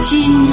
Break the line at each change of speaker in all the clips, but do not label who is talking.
金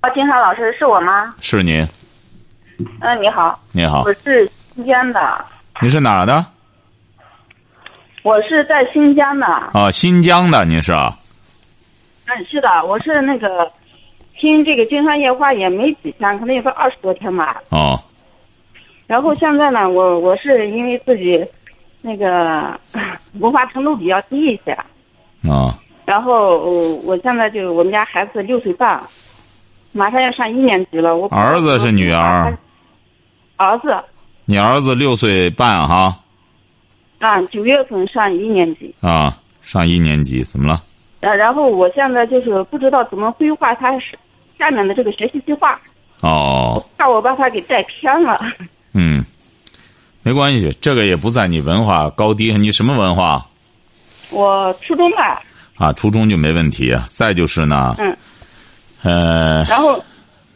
啊，金山老师是我吗？
是您，
嗯，你好，
你好
我，是新疆的，
您是哪儿的？
我是在新疆的。
啊，新疆的，您是啊？
嗯，是的，我是那个听这个《金山夜话》也没几天，可能也就二十多天吧。
哦，
然后现在呢，我我是因为自己那个 文化程度比较低一些，
啊，
然后我我现在就我们家孩子六岁半，马上要上一年级了。我
儿子是女儿？
儿子，
你儿子六岁半哈
啊，九月份上一年级。
啊，上一年级，怎么了？
然呃然后我现在就是不知道怎么规划他是下面的这个学习计划，
哦，
怕我把他给带偏了。
嗯，没关系，这个也不在你文化高低，你什么文化
我初中吧，
啊？初中就没问题。啊再就是呢，
嗯，
呃，
然后，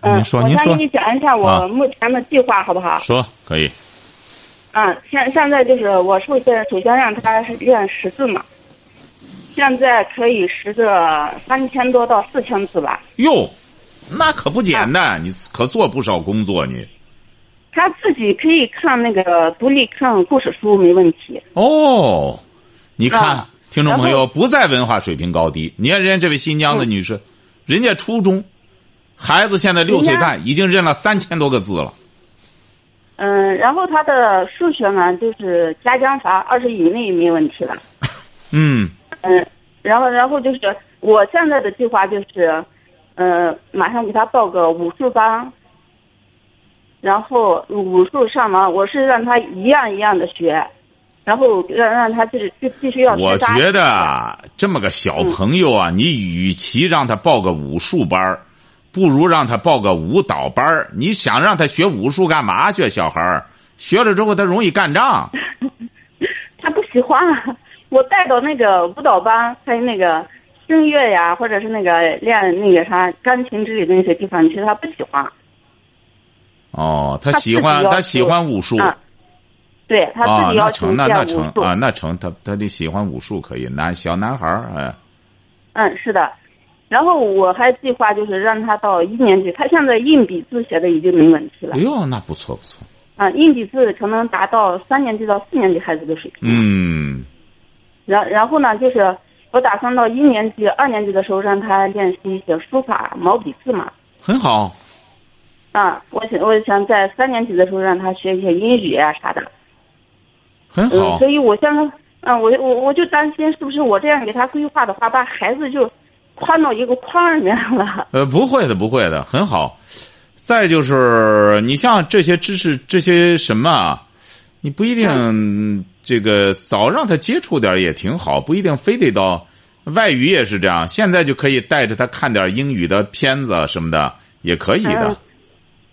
嗯，
您说
我
您
先
说
给你讲一下
啊
我目前的计划，好不好？
说可以，
嗯，现现在就是我首先首先让他练识字嘛，现在可以识个三千多到四千字吧。
哟，那可不简
啊
单，你可做不少工作你。
他自己可以看那个独立看故事书没问题。
哦，你看，
啊
听众朋
然
友
后嗯
不在文化水平高低。你看人家这位新疆的女士，人家初中孩子现在六岁
人家
半，已经认了三千多个字了。
嗯，然后他的数学呢，就是加减法二十以内没问题了。
嗯，
嗯，然后然后就是我现在的计划就是，呃，马上给他报个武术班，然后武术上完，我是让他一样一样的学，然后让让他就是必必须要
我
自杀
觉得啊这么个小朋友
嗯
啊，你与其让他报个武术班儿不如让他报个舞蹈班儿你想让他学武术干嘛去？小孩儿学了之后，他容易干仗。
他不喜欢， 我带到那个舞蹈班，还有那个声乐呀，或者是那个练那个啥钢琴之类的那些地方去，他不喜欢。
哦，他
他
喜
自己
欢
要
他
求
喜欢武术。
嗯对他
啊，
自己要
那
求
成，那
练
那
武术
成，啊，那成，他他得喜欢武术可以，男小男孩儿，哎，
嗯，是的。然后我还计划就是让他到一年级，他现在硬笔字写的已经没问题了
哎，呦，那不错不错，
啊，硬笔字可能达到三年级到四年级孩子的水平。
嗯，
然然后呢，就是我打算到一年级、二年级的时候让他练习一些书法、毛笔字嘛。
很好，
啊，我想我想在三年级的时候让他学一些英语啊啥的。
很
嗯，
好
所，以我现在，嗯，我我我就担心是不是我这样给他规划的话，把孩子就框到一个框里面了。
呃，不会的，不会的，很好。再就是，你像这些知识，这些什么啊，你不一定这个早让他接触点儿也挺好，不一定非得到外语也是这样，现在就可以带着他看点儿英语的片子啊什么的，也可以的。
嗯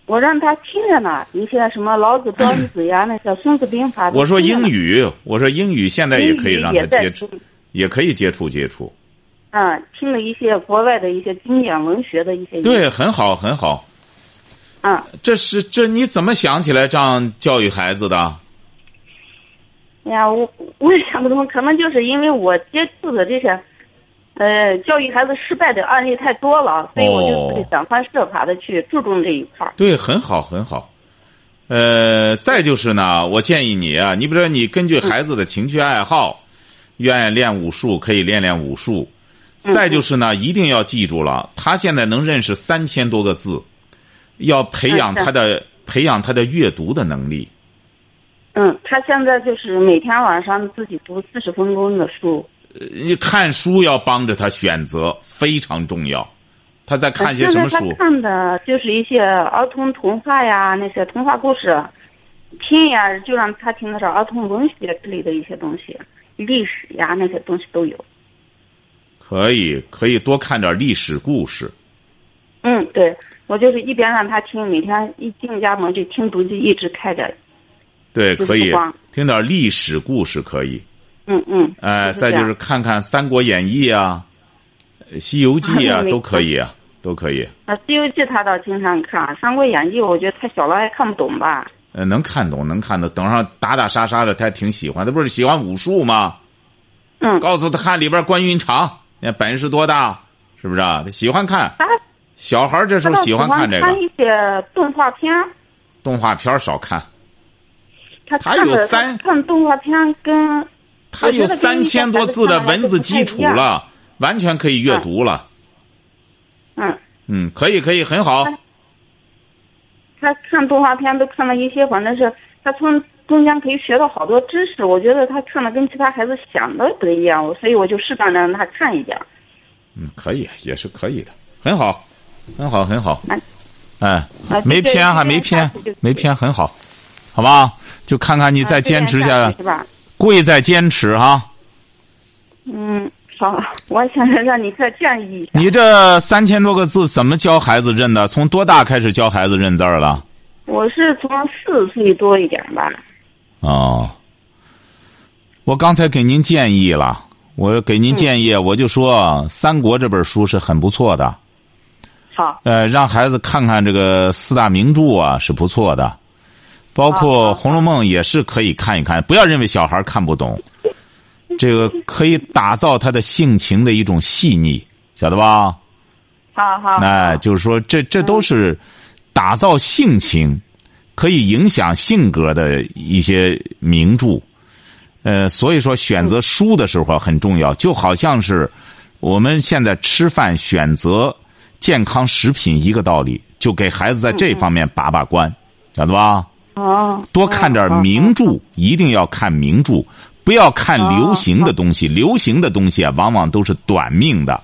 我让他听着呢，一些什么老子、庄子呀，那些《孙子兵法》都听着呢。
我说英语，我说英语现在也可以让他
英语也在
接触，也可以接触接触。
嗯，听了一些国外的一些经典文学的一些。，
对，很好，很好。
嗯，
这是这你怎么想起来这样教育孩子的？
哎呀，我我也想不通，可能就是因为我接触的这些，呃，教育孩子失败的案例太多了，所以我就
哦
自己想方设法的去注重这一块儿。
对，很好，很好。呃，再就是呢，我建议你啊，你比如说你根据孩子的情趣爱好，愿意练武术可以练练武术。
嗯
再就是呢，一定要记住了，他现在能认识三千多个字，要培养
嗯是
他的培养他的阅读的能力。
嗯，他现在就是每天晚上自己读四十分钟的书。
你呃看书要帮着他选择，非常重要。他在看些什么
现在
书
哎他？看的就是一些儿童童话呀，那些童话故事，听呀，就让他听的是儿童文学之类的一些东西，历史呀那些东西都有。
可以，可以多看点历史故事。
嗯，对，我就是一边让他听，每天一进家门就听读机一直开着。
对，
就是
可以
光
听点历史故事，可以。
嗯嗯。
呃，
这
再
样
就是看看《三国演义》啊，《西游记》啊，
没
都可以啊，都可以。
啊，《西游记》他倒经常看，《三国演义》我觉得太小了，还看不懂吧？
呃，能看懂，能看懂。等上打打杀杀的，他还挺喜欢。他不是喜欢武术吗？
嗯，
告诉他看里边关云长，那本事多大，是不是啊？他喜欢看，
他
小孩这时
他
候
倒
喜欢看这个
一些动画片儿，
动画片儿少看。
他
他
看
有
的
三
看动画片儿跟
他有三千多字的文字基础了，完全可以阅读了。
嗯，
嗯，可以，可以，很好。
他看动画片都看了一些，反正是他从中间可以学到好多知识。我觉得他看的跟其他孩子想的不一样，所以我就适当的让他看一点儿。
嗯，可以，也是可以的，很好，很好，很好
哎。
哎
啊，
没
这个
偏，还
这个
没偏
下次就，嗯啊
没偏，很好，好吧？就看看你
你
再坚持下
来
来
是，吧？
贵再坚持哈、
嗯，好，我想让你再建议一下。
你这三千多个字怎么教孩子认的？从多大开始教孩子认字儿了？
我是从四岁多一点吧。
哦，我刚才给您建议了，我给您建议，我就说《三国》这本书是很不错的，
好，
呃，让孩子看看这个四大名著啊是不错的，包括《红楼梦》也是可以看一看，不要认为小孩看不懂，这个可以打造他的性情的一种细腻，晓得吧？
好好。
哎，就是说这这都是打造性情，可以影响性格的一些名著。呃，所以说选择书的时候很重要，就好像是我们现在吃饭选择健康食品一个道理，就给孩子在这方面把把关，晓得吧？
哦，
多看点名著，一定要看名著，不要看流行的东西。流行的东西啊，往往都是短命的。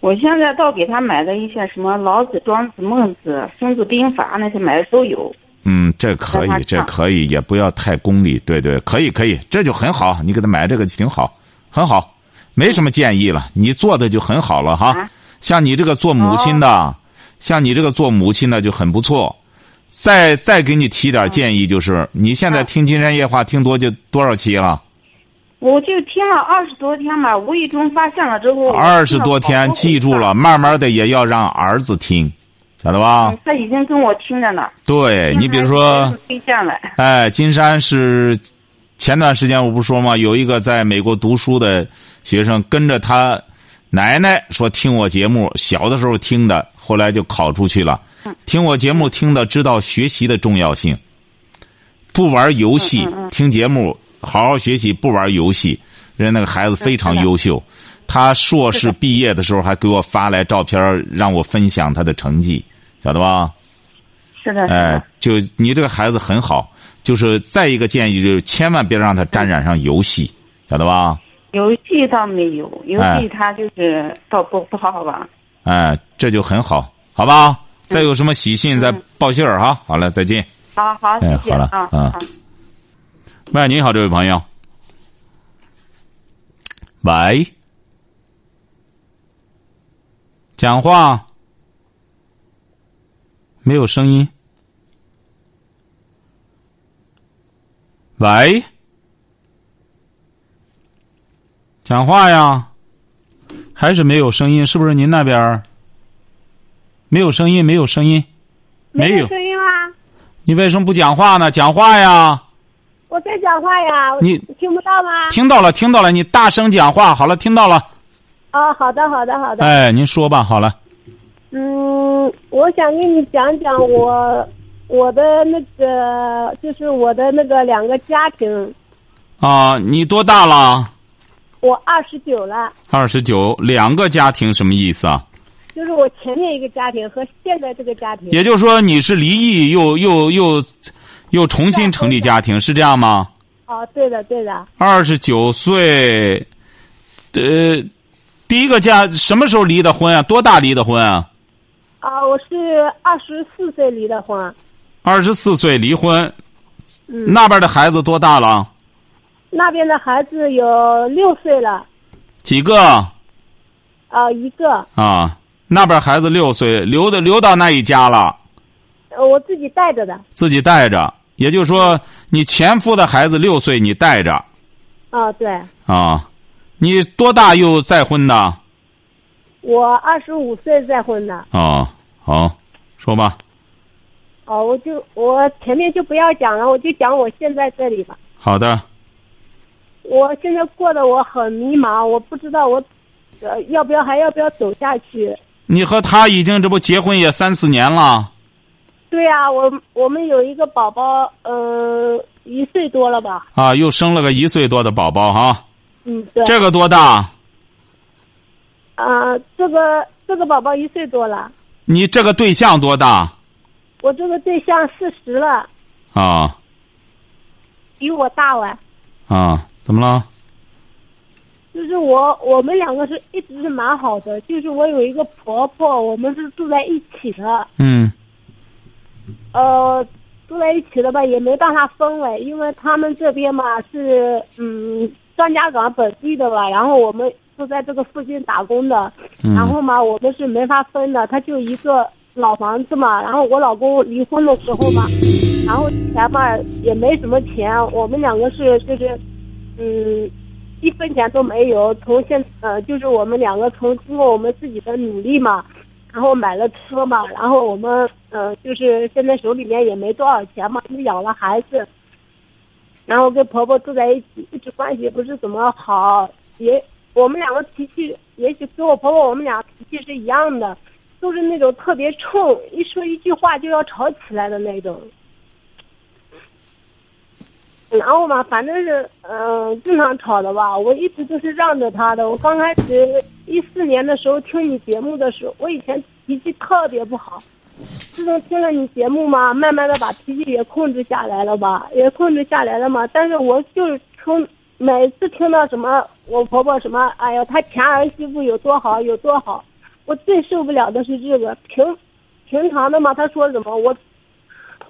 我现在倒给他买了一些什么《老子》《庄子》《孟子》《孙子兵法》那些买的都有。
嗯，这可
让他
以，这
唱
可以，也不要太功利。对对，可以可以，这就很好。你给他买这个挺好，很好，没什么建议了。你做的就很好了哈
啊。哦
像你这个做母亲的，像你这个做母亲的就很不错。再再给你提点建议，就是你现在
啊
听《金山夜话》听多就多少期了？
我就听了二十多天吧，无意中发现了之后，
二十多天，记住了，。慢慢的也要让儿子听，晓得吧
嗯？，他已经跟我听着呢。
对哎你比如
听
说
他。推荐了，
哎，金山是前段时间我不是说吗？有一个在美国读书的学生跟着他奶奶说听我节目，小的时候听的，后来就考出去了。
嗯
听我节目听的，知道学习的重要性。不玩游戏
嗯嗯，嗯
听节目，好好学习，不玩游戏。人家那个孩子非常
是的
优秀，他硕
是
士
的
毕业的时候还给我发来照片儿，让我分享他的成绩，晓得吧？
是 的，是
哎
的，，
就你这个孩子很好，就是再一个建议就是千万别让他沾染上游戏，晓得吧？
游戏倒没有，游
哎
戏他就是倒不不好好玩。
哎，这就很好，好吧？再有什么喜讯再报信儿哈。好了，再见。
好好，谢
哎
谢
好了
啊，
嗯
好
喂，你好，这位朋友。喂，讲话，没有声音。喂，讲话呀，还是没有声音？是不是您那边儿没有声音？没有声音，没有。
声音吗？
你为什么不讲话呢？讲话呀！
我在讲话呀，我
你
听不到吗？
听到了，听到了，你大声讲话。好了，听到了。
哦，好的，好的，好的。
哎，您说吧。好了，
嗯，我想跟你讲讲
嗯
我我的那个，就是我的那个两个家庭。
啊，你多大了？
我二十九了，
二十九，两个家庭什么意思啊？
就是我前面一个家庭和现在这个家庭。
也就是说你是离异又又又又重新成立家庭，是这样吗？
哦，对的，对的。
二十九岁，呃，第一个家什么时候离的婚啊？多大离的婚啊？
啊、我是二十四岁离的婚，
二十四岁离婚，
嗯，
那边的孩子多大了？
那边的孩子有六岁了，
几个
啊、一个，
啊？那边孩子六岁，留的留到那一家了，
呃我自己带着的。
自己带着。也就是说，你前夫的孩子六岁，你带着
啊，对，
啊。你多大又再婚的？
我二十五岁再婚的。
哦，好，说吧。
哦，我就我前面就不要讲了，我就讲我现在这里吧。
好的，
我现在过得我很迷茫，我不知道我，呃，要不要还要不要走下去？
你和他已经这不结婚也三四年了，
对呀、我我们有一个宝宝，呃，一岁多了吧？
啊，又生了个一岁多的宝宝哈、
嗯，对。
这个多大？
啊、这个这个宝宝一岁多了，
你这个对象多大？
我这个对象四十了，
啊
比我大完。
啊，怎么了？
就是我我们两个是一直是蛮好的，就是我有一个婆婆，我们是住在一起的，
嗯
呃，住在一起了吧，也没办法分了，因为他们这边嘛是嗯张家港本地的吧，然后我们就在这个附近打工的，
嗯
然后嘛我们是没法分的，他就一个老房子嘛，然后我老公离婚的时候嘛，然后钱嘛也没什么钱，我们两个是就是嗯。一分钱都没有，从现呃，就是我们两个从经过我们自己的努力嘛，然后买了车嘛，然后我们呃，就是现在手里面也没多少钱嘛，又养了孩子，然后跟婆婆住在一起，一直关系也不是怎么好，也我们两个脾气，也许跟我婆婆我们俩脾气是一样的，都是那种特别冲，一说一句话就要吵起来的那种。然后嘛，反正是嗯、呃正常吵的吧。我一直都是让着他的。我刚开始一四年的时候听你节目的时候，我以前脾气特别不好，自从听了你节目嘛，慢慢的把脾气也控制下来了吧，也控制下来了嘛。但是我就是从每次听到什么我婆婆什么，哎呀，她前儿媳妇有多好有多好，我最受不了的是这个。平平常的嘛，她说什么我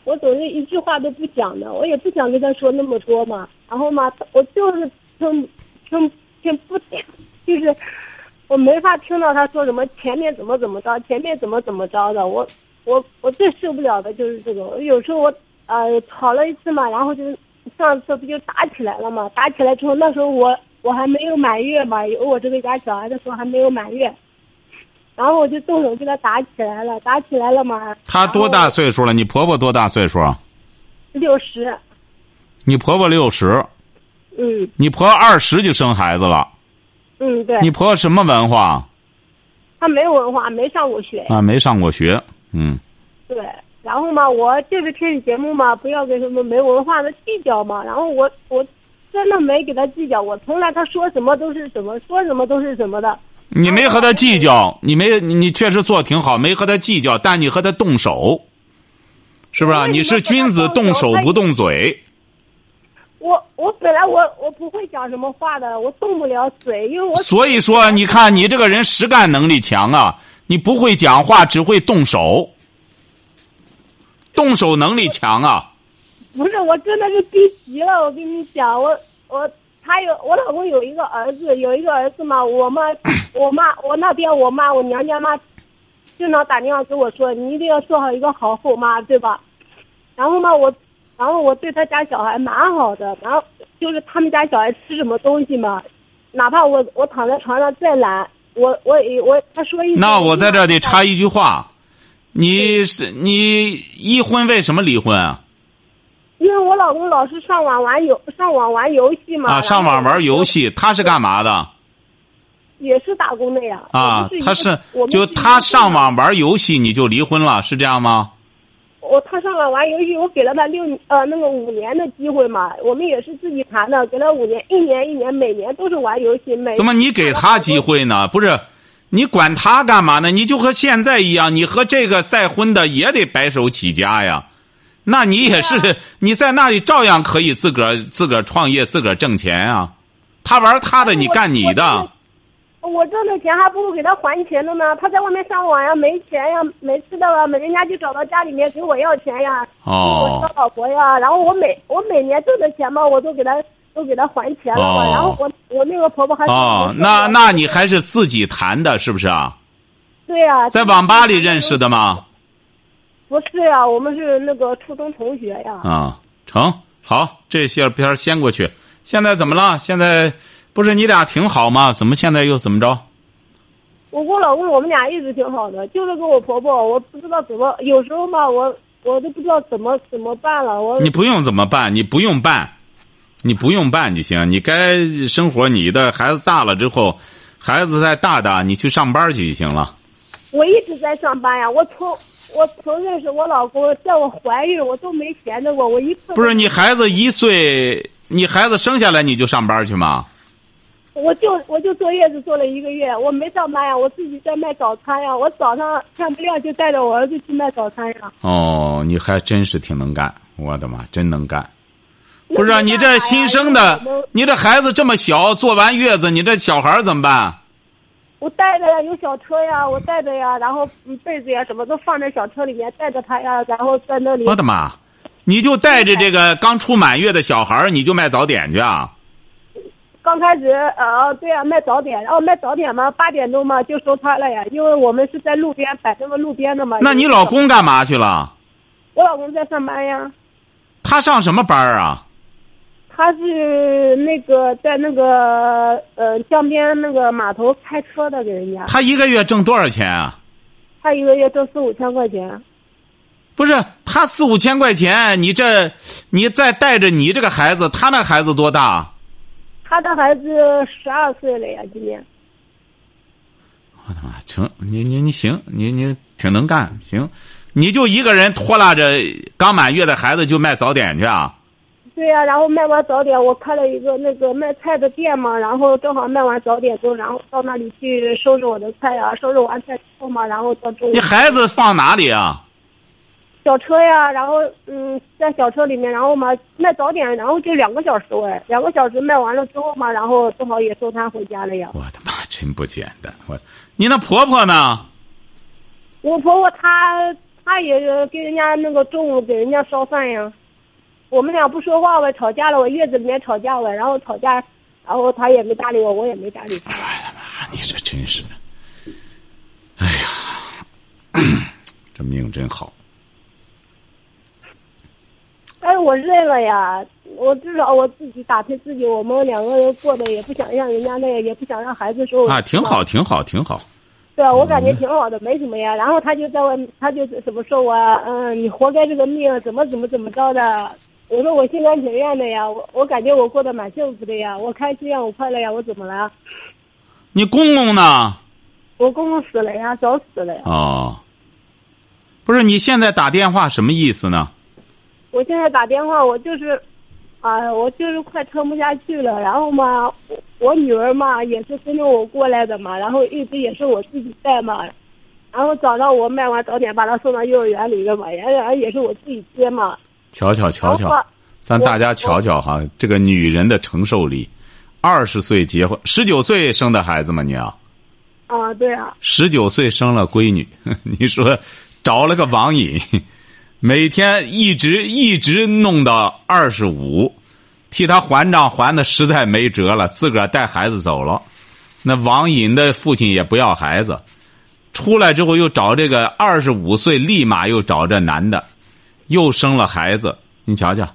我总是一句话都不讲的，我也不想跟他说那么多嘛。然后嘛，我就是听听听不听，就是我没法听到他说什么前面怎么怎么着，前面怎么怎么着的。我我我最受不了的就是这个。我有时候我呃吵了一次嘛，然后就上次不就打起来了嘛？打起来之后，那时候我我还没有满月嘛，有我这个家小孩的时候还没有满月，然后我就动手跟他打起来了，打起来了嘛。
她多大？岁数了？你婆婆多大岁数啊？
六十。
你婆婆六十，
嗯
你婆二十就生孩子了。
嗯，对，
你婆什么文化
他没文化，没上过学，
啊？没上过学。嗯，
对。然后嘛，我就是听你节目嘛，不要跟什么没文化的计较嘛。然后我我真的没给他计较，我从来他说什么都是什么，说什么都是什么的。
你没和她计较，你没你你确实做得挺好，没和她计较，但你和她动手，是不是啊？
我为什么
你是君子，
和她动
动手
手她
不动嘴。
我我本来我我不会讲什么话的，我动不了嘴，因为我
所以说，你看你这个人实干能力强啊，你不会讲话，只会动手，动手能力强啊。
不是，我真的是逼急了。我跟你讲，我我他有我老公有一个儿子，有一个儿子嘛，我妈我妈我那边我妈我娘家妈经常打电话跟我说，你一定要做好一个好后妈，对吧？然后嘛，我然后我对他家小孩蛮好的，然后就是他们家小孩吃什么东西嘛，哪怕我我躺在床上再懒，我我也我他说一声
那我在这得
立马
插一句话，你是你一婚为什么离婚啊？
因为我老公老是上网玩游上网玩游戏嘛，
啊，上网
然后
玩游戏，他是干嘛的
也是打工的呀。
啊
我们？一个
他是
我们
就是
一个
他上网玩游戏，你就离婚了，是这样
哎
吗？
我他上网玩游戏，我给了他六呃那个五年的机会嘛，我们也是自己谈的，给了五年，一年一年，每年都是玩游戏，每
怎么你给他机？会呢？不是，你管他干嘛呢？你就和现在一样，你和这个再婚的也得白手起家呀。那你也是，
啊
你在那里照样可以自个儿自个儿创业，自个儿挣钱啊。他玩他的，你
哎我
干你的。
我挣的钱还不如给他还钱的呢，他在外面上网呀，没钱呀，没吃的了，每人家就找到家里面给我要钱呀，
哦
给我找老婆呀，然后我每我每年挣的钱嘛，我都给他都给他还钱了嘛，
哦
然后我我那个婆婆还
哦，那那你还是自己谈的，是不是啊？
对呀、
在网吧里认识的吗？
不是呀、我们是那个初中同学呀。
啊，成，好，这些片儿掀过去。现在怎么了？现在不是你俩挺好吗？怎么现在又怎么着？
我跟我老公我们俩一直挺好的，就是跟我婆婆，我不知道怎么，有时候吧，我我都不知道怎么怎么办了。我
你不用怎么办？你不用办，你不用办就行。你该生活你的，孩子大了之后，孩子再大大，你去上班去就行了。
我一直在上班呀，我从我从认识我老公，在我怀孕我都没闲着过，我一次
不是你孩子一岁，你孩子生下来你就上班去吗？
我就我就坐月子坐了一个月，我没上班呀，我自己在卖早餐呀，我早上天不亮就带着我儿子去卖早餐呀。
哦，你还真是挺能干，我的妈，真能干！不是
那
啊
没
你
办法
这
呀
新生
因为我
的
们，
你这孩子这么小，坐完月子，你这小孩儿怎么办？
我带着呀，有小车呀，我带着呀，然后嗯被子呀什么都放在小车里面，带着他呀，然后在那 里
我的妈！你就带着这个刚出满月的小孩儿你就卖早点去啊？
刚开始呃，对呀、卖早点，然后卖早点嘛，八点钟嘛就收摊了呀，因为我们是在路边摆那个路边的嘛。
那你老？公干嘛去了？
我老公在上班呀，
他上什么班儿啊？
他是那个在那个呃江边那个码头开车的给人家，
他一个月挣多少钱啊？
他一个月挣四五千块钱。
不是他四五千块钱，你这，你再带着你这个孩子，他那孩子多大？
他的孩子十二岁了呀，今年。
我的妈，成，你你你行，你你挺能干，行，你就一个人拖拉着刚满月的孩子就卖早点去啊？
对呀、然后卖完早点，我开了一个那个卖菜的店嘛，然后正好卖完早点之后，然后到那里去收拾我的菜啊，收拾完菜之后嘛，然后到中午
你孩子放哪里啊？
小车呀，然后嗯，在小车里面，然后嘛卖早点，然后就两个小时哎，两个小时卖完了之后嘛，然后正好也收摊回家了呀。
我的妈，真不简单！我，你那婆婆呢？
我婆婆她她也给人家那个中午给人家烧饭呀，我们俩不说话呗，吵架了，我月子里面吵架了，然后吵架，然后她也没搭理我，我也没搭理她。
啊，你这真是，哎呀， 这命真好。
但是我认了呀，我至少我自己打拼自己，我们两个人过得也不想让人家那个，也不想让孩子说我
啊，挺好，。挺好，挺好。
对，啊我感觉挺好的，没什么呀。然后他就在我，他就怎么说我，嗯，你活该这个命，怎么怎么怎么着的。我说我心甘情愿的呀，我我感觉我过得蛮幸福的呀，我开心呀，我快乐呀，我怎么了？
你公公呢？
我公公死了呀，早死了呀。
哦，不是，你现在打电话什么意思呢？
我现在打电话，我就是，啊、我就是快撑不下去了。然后嘛，我我女儿嘛也是跟着我过来的嘛，然后一直也是我自己带嘛。然后早上我卖完早点，把她送到幼儿园里了嘛，然后也是我自己接嘛。
瞧瞧瞧
然后
瞧
吧，
咱
我
大家瞧瞧哈，这个女人的承受力。二十岁结婚，十九岁生的孩子吗？你啊，
啊、对啊，
十九岁生了闺女， 你说找了个网瘾， 每天一直一直弄到二十五，替他还账还的实在没辙了，自个儿带孩子走了。那网瘾的父亲也不要孩子，出来之后又找这个二十五岁，立马又找这男的，又生了孩子。你瞧瞧，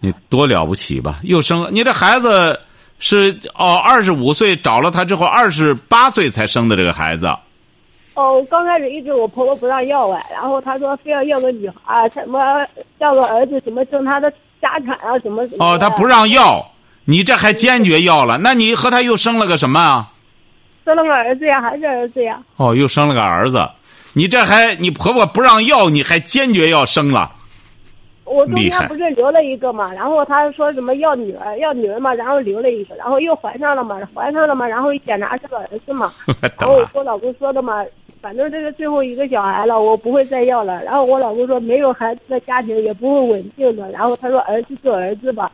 你多了不起吧？又生了，你这孩子是哦，二十五岁找了他之后，二十八岁才生的这个孩子。
哦，刚开始一直我婆婆不让要哎，然后她说非要要个女孩，什么要个儿子，什么争她的家产啊，什么什么的。
哦，他不让
啊
要，你这还坚决要了？那你和他又生了个什么啊？
生了个儿子呀，还是儿子呀？
哦，又生了个儿子，你这还你婆婆不让要，你还坚决要生了？
我中
厉
间
害
不是留了一个嘛，然后她说什么要女儿，要女儿嘛，然后留了一个，然后又怀上了嘛，怀上了嘛，然后检查是个儿子嘛，
我的
然后我
妈！
跟老公说的嘛，反正这是最后一个小孩了，我不会再要了。然后我老公说没有孩子的家庭也不会稳定的，然后他说儿子就儿子吧，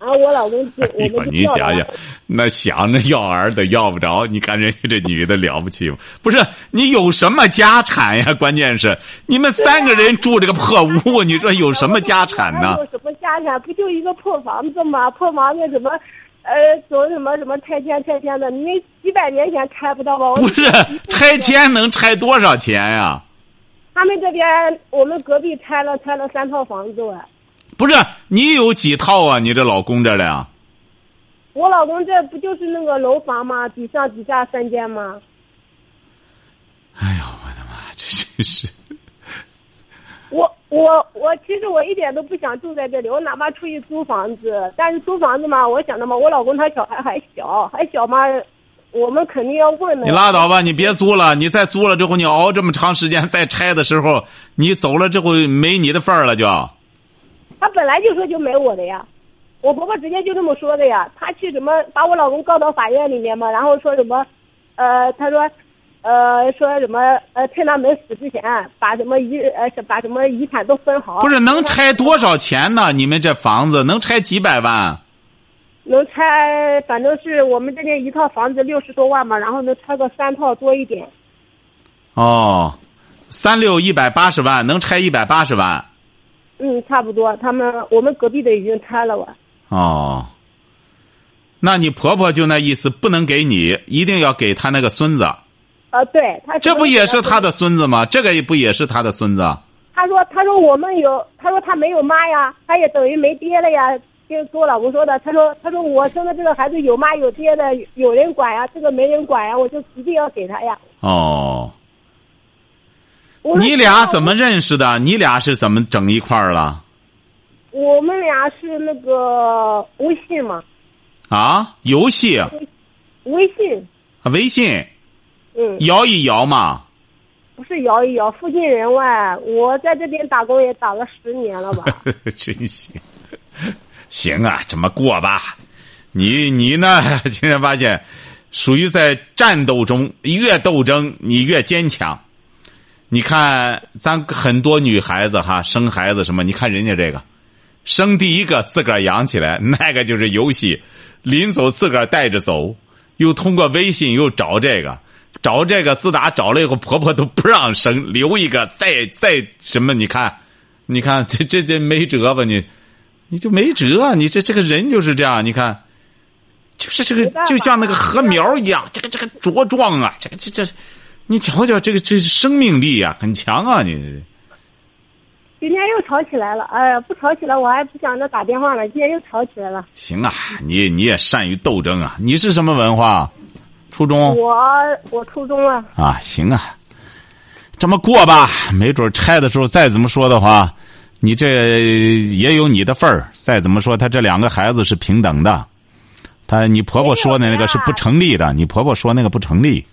然后我老公就我
哎
们就
呦，你
要了
想想，那想着要儿子要不着，你看人家这女的了不起吗？不是，你有什么家产呀？ 关键是你们三个人住这个破
啊
屋，你说有什么家产呢
还？有什么家产？不就一个破房子吗？破房子什么？呃，走什么什么拆迁拆迁的，你那几百年前拆不到吧？我
不是拆迁能拆多少钱呀、
他们这边我们隔壁拆了拆了三套房子哎，
不是你有几套啊？你这老公这里啊？
我老公这不就是那个楼房吗？底上底下三间吗？
哎呦，我的妈，这真是
我我我，其实我一点都不想住在这里，我哪怕出去租房子，但是租房子嘛，我想着嘛，我老公他小孩还小，还小嘛，我们肯定要问的。
你拉倒吧，你别租了，你再租了之后，你熬这么长时间再拆的时候，你走了之后没你的份儿了就。
他本来就说就没我的呀，我婆婆直接就这么说的呀。她去什么把我老公告到法院里面嘛，然后说什么，呃，她说，呃，说什么，呃，趁他没死之前，把什么遗呃是把什么遗产都分好。
不是能拆多少钱呢？你们这房子能拆几百万？
能拆，反正是我们这边一套房子六十多万嘛，然后能拆个三套多一点。
哦，三六一百八十万，能拆一百八十万。
嗯，差不多。他们我们隔壁的已经拆了吧？
哦，那你婆婆就那意思，不能给你，一定要给她那个孙子。
啊，对，他
这不也是她的孙子吗？这个也不也是她的孙子？
他说：“他说我们有，他说他没有妈呀，他也等于没爹了呀。”就跟我老公说的，他说：“他说我生的这个孩子有妈有爹的，有人管呀，这个没人管呀，我就一定要给他呀。
哦，”
我说
你俩怎么？认识的？你俩是怎么整一块儿了？
我们俩是那个微信嘛，
啊，游戏、
微信，
微信
嗯，
摇一摇嘛。
不是摇一摇，附近人外，我在这边打工也打了十年了 吧。
真行，行啊，这么过吧。你你呢？ 竟然发现，属于在战斗中，越斗争你越坚强。你看，咱很多女孩子哈，生孩子什么，你看人家这个，生第一个自个儿养起来，那个就是游戏，临走自个儿带着走，又通过微信又找这个，找这个，自打找了以后，婆婆都不让生，留一个，再再什么？你看，你看这这这没辙吧你，你就没辙、啊，你这这个人就是这样，你看，就是这个
办法
就像那个禾苗一样，这个这个茁壮啊，这个这这，你瞧瞧这个这生命力啊，很强啊，你
今天又吵起来了，哎呀，不吵起来我还不想着打电话了，今天又吵起来了。
行啊，你你也善于斗争啊，你是什么文化？初中
我我初中啊，
啊，行啊，这么过吧，没准拆的时候再怎么说的话，你这也有你的份儿。再怎么说，他这两个孩子是平等的，他你婆婆说的那个是不成立的，你婆婆说那个不成立。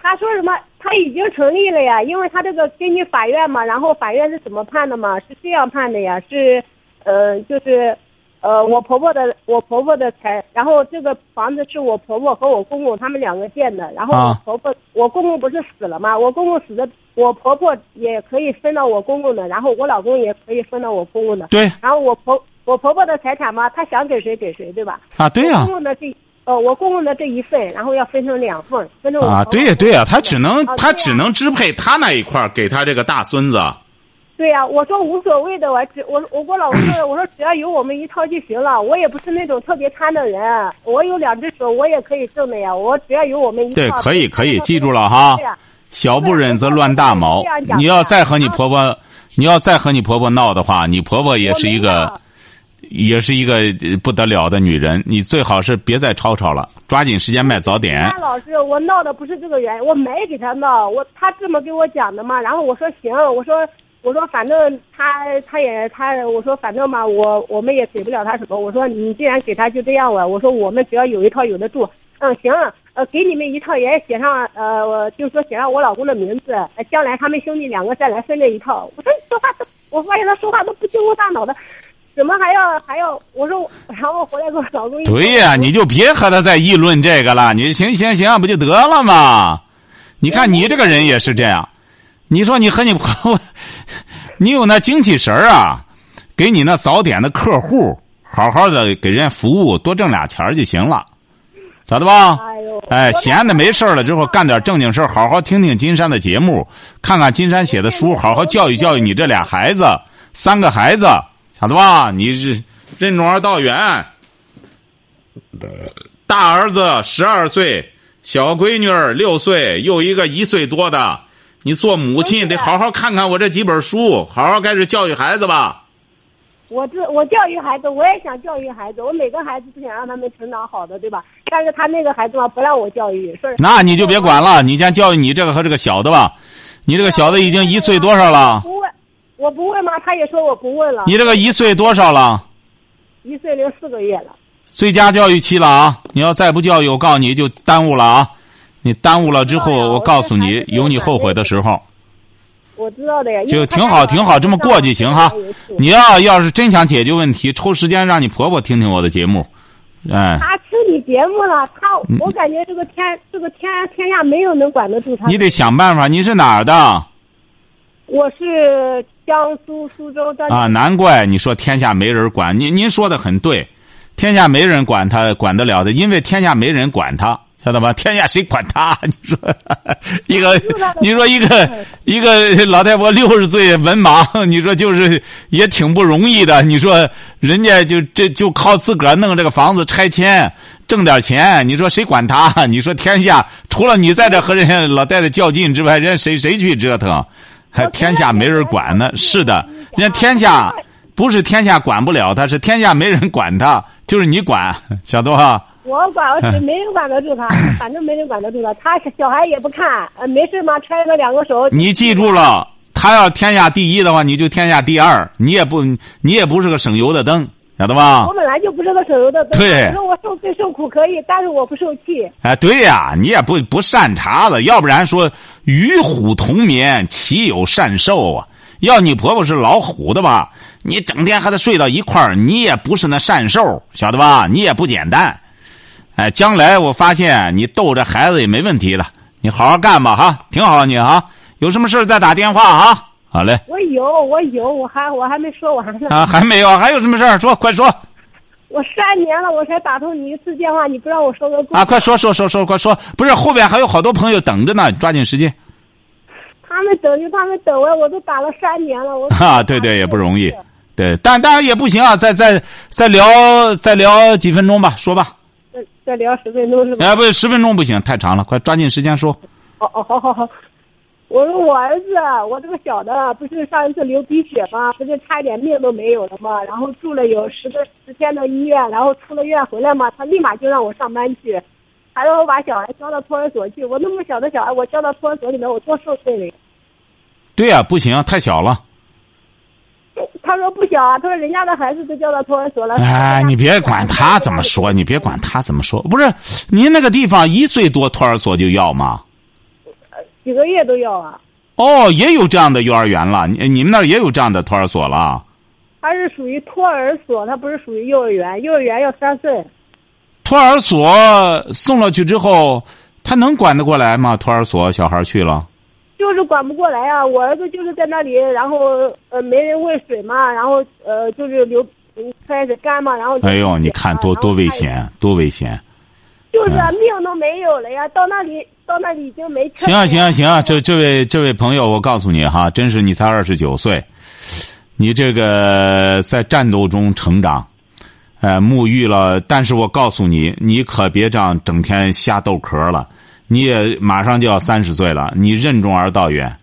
他说什么？他已经成立了呀，因为他这个根据法院嘛，然后法院是怎么判的嘛？是这样判的呀，是，呃，就是，呃，我婆婆的我婆婆的财，然后这个房子是我婆婆和我公公他们两个建的，然后我
啊
婆婆、我公公不是死了吗？我公公死的，我婆婆也可以分到我公公的，然后我老公也可以分到我公公的，
对
然后我婆我婆婆的财产嘛，她想给谁给谁，对吧？
啊，对呀、
公公的这呃，我公公的这一份，然后要分成两份，分成我
啊，
婆婆
对呀、对呀、他只能
啊
他
对呀
只能支配他那一块儿给他这个大孙子。
对呀、我说无所谓的，我只我我跟我老公说，我说只要有我们一套就行了，我也不是那种特别贪的人，我有两只手，我也可以挣的呀，我只要有我们一套。
对，可以可以，记住了哈。
对呀、
小不忍则乱大谋
这样。讲
你要再和你婆婆，你要再和你婆婆闹的话，你婆婆也是一个，也是一个呃不得了的女人。你最好是别再吵吵了，抓紧时间卖早点
潘。老师，我闹的不是这个原因，我没给他闹，我他这么跟我讲的嘛，然后我说行，我说我说反正他他也他，我说反正嘛，我我们也给不了他什么，我说你既然给他就这样了，我说我们只要有一套有得住，嗯行，呃给你们一套也写上呃，我就是说写上我老公的名字，呃将来他们兄弟两个再来分这一套。我说你说话都，我发现他说话都不经过大脑的。怎么还要还要？我说，然后回来跟我老公一说
对呀、你就别和她再议论这个了。你行行行，不就得了嘛？你看你这个人也是这样，你说你和你婆婆，你有那精气神儿啊，给你那早点的客户好好的给人家服务，多挣俩钱儿就行了，咋的吧？
哎呦，
哎，
我
闲的没事儿了之后，干点正经事儿，好好听听金山的节目，看看金山写的书，好好教育教育你这俩孩子，三个孩子，晓得吧？你是任重而道远。大儿子十二岁，小闺女儿六岁，又一个一岁多的。你做母亲
真是
得好好看看我这几本书，好好开始教育孩子吧。
我这我教育孩子，我也想教育孩子，我每个孩子都想让他们成长好的，对吧？但是他那个孩子嘛，不让我教育，说是
那你就别管了，你先教育你这个和这个小的吧。你这个小的已经一岁多少了？
不问，我不问嘛，他也说我不问了。
你这个一岁多少了？
一岁零四个月了，
最佳教育期了啊！你要再不教育，我告诉你就耽误了啊！你耽误了之
哎呀
后，
我
我告诉你
这孩，子
有你后悔的时候。
我知道的呀。因
就
为他
挺
看
好，
到
挺好，这么过就行哈
他也是。
你要要是真想解决问题，抽时间让你婆婆听听我的节目，哎，
他听你节目了，他
嗯
我感觉这个天这个天天下没有能管得住他的。
你得想办法。你是哪儿的啊？
我是江苏苏
啊
州张家
难怪你说天下没人管。您您说的很对，天下没人管他管得了的，因为天下没人管他，晓得吧？天下谁管他？ 你说一个
知道，的
你说一个一个老太婆六十岁文盲， 你说就是也挺不容易的。你说人家就这就靠自个儿弄这个房子拆迁挣点钱，你说谁管他？ 你说天下除了你在这和人家老太太较劲之外，人家谁谁去折腾？还哦天下没人管啊呢。是的，人家天下不是天下管不了他，是天下没人管他，就是你管，晓得吧？
我管我 只没人管得住他，反正没人管得住他。他是小孩也不看，呃，没事嘛，揣着两个手。
你记住了，他要天下第一的话，你就天下第二，你也不你也不是个省油的灯，晓得吧
我？本来就不是个省油的灯。
啊对
你说我受罪受苦可以，但是我不受气。
哎，对呀、你也不不善茬子，要不然说与虎同眠，岂有善兽啊？要你婆婆是老虎的吧？你整天和她睡到一块儿，你也不是那善兽，晓得吧？你也不简单。哎，将来我发现你逗着孩子也没问题的，你好好干吧哈，挺好你啊，有什么事儿再打电话啊。好嘞，
我有，我有，我还我还没说完呢。
啊，还没有，还有什么事儿说，快说
我三年了，我才打通你一次电话，你不让我说个故事。
啊，快说说说说，快说，不是后边还有好多朋友等着呢，抓紧时间。
他们等着，他们等啊我，我都打了三年了。我
啊，对对，也不容易。对，但当然也不行啊，再再再聊再聊几分钟吧，说吧。
再再聊十分钟是吧？
哎，不，十分钟不行，太长了，快抓紧时间说。
哦哦，好好好。我说我儿子，我这个小的不是上一次流鼻血吗？不是差一点命都没有了吗？然后住了有十个十天的医院，然后出了院回来嘛，他立马就让我上班去，还让我把小孩交到托儿所去。我那么小的小孩，我交到托儿所里面，我多受罪了呀。
对呀、不行，太小了。
他说不小啊，他说人家的孩子都交到托儿所了。
哎，你别管他怎么说，你别管他怎么说。不是，您那个地方一岁多托儿所就要吗？
几个月都要啊，
哦，也有这样的幼儿园了，你你们那儿也有这样的托儿所了。
他是属于托儿所，他不是属于幼儿园，幼儿园要三岁。
托儿所送了去之后，他能管得过来吗？托儿所小孩儿去了。
就是管不过来啊！我儿子就是在那里，然后呃没人喂水嘛，然后呃就是流嗯开始干嘛，然后就啊
哎呦，你看多
然后
多危
他也！
险，嗯多危险！
就是啊命都没有了呀，到那里到那里已经没车
行啊，
了
行啊，行啊，这这位这位朋友，我告诉你哈，真是你才二十九岁，你这个在战斗中成长，呃，沐浴了。但是我告诉你，你可别这样整天瞎斗壳了。你也马上就要三十岁了，你任重而道远。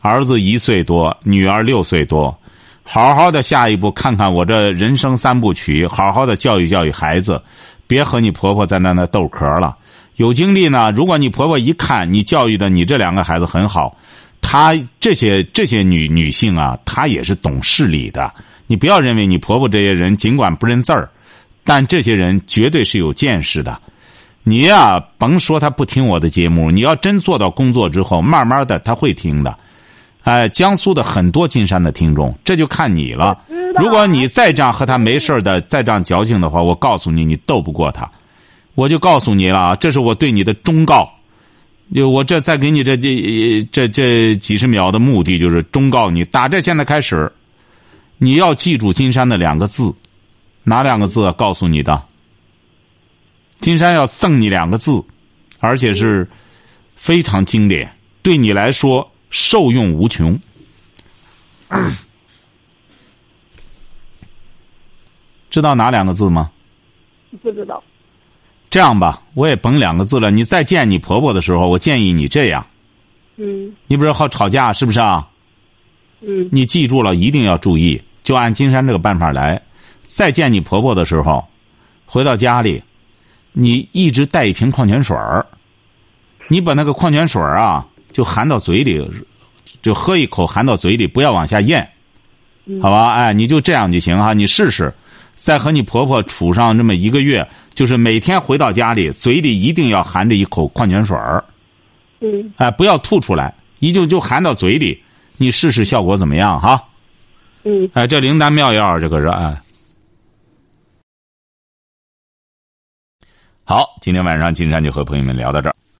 儿子一岁多，女儿六岁多，好好的下一步看看我这人生三部曲，好好的教育教育孩子，别和你婆婆在那那斗壳了。有精力呢，如果你婆婆一看你教育的你这两个孩子很好，她这些这些女女性啊，她也是懂事理的。你不要认为你婆婆这些人尽管不认字儿，但这些人绝对是有见识的。你呀、甭说她不听我的节目，你要真做到工作之后，慢慢的她会听的。哎，江苏的很多金山的听众，这就看你了。
知道啊
如果你再这样和他没事儿的再这样矫情的话，我告诉你，你斗不过他。我就告诉你了啊，这是我对你的忠告。就我这再给你这这这这几十秒的目的，就是忠告你，打这现在开始，你要记住金山的两个字，哪两个字、啊？告诉你的。金山要赠你两个字，而且是非常经典，对你来说受用无穷。 知道哪两个字吗？
不知道
这样吧，我也甭两个字了。你再见你婆婆的时候，我建议你这样。
嗯
你不是好吵架是不是啊？
嗯
你记住了，一定要注意，就按金山这个办法来。再见你婆婆的时候，回到家里，你一直带一瓶矿泉水儿，你把那个矿泉水儿啊，就含到嘴里，就喝一口，含到嘴里，不要往下咽，
嗯
好吧？哎，你就这样就行哈，你试试。再和你婆婆处上这么一个月，就是每天回到家里，嘴里一定要含着一口矿泉水儿。
嗯
哎，不要吐出来，一就就含到嘴里，你试试效果怎么样哈？
嗯，
哎，这灵丹妙药这可是哎。好，今天晚上金山就和朋友们聊到这儿。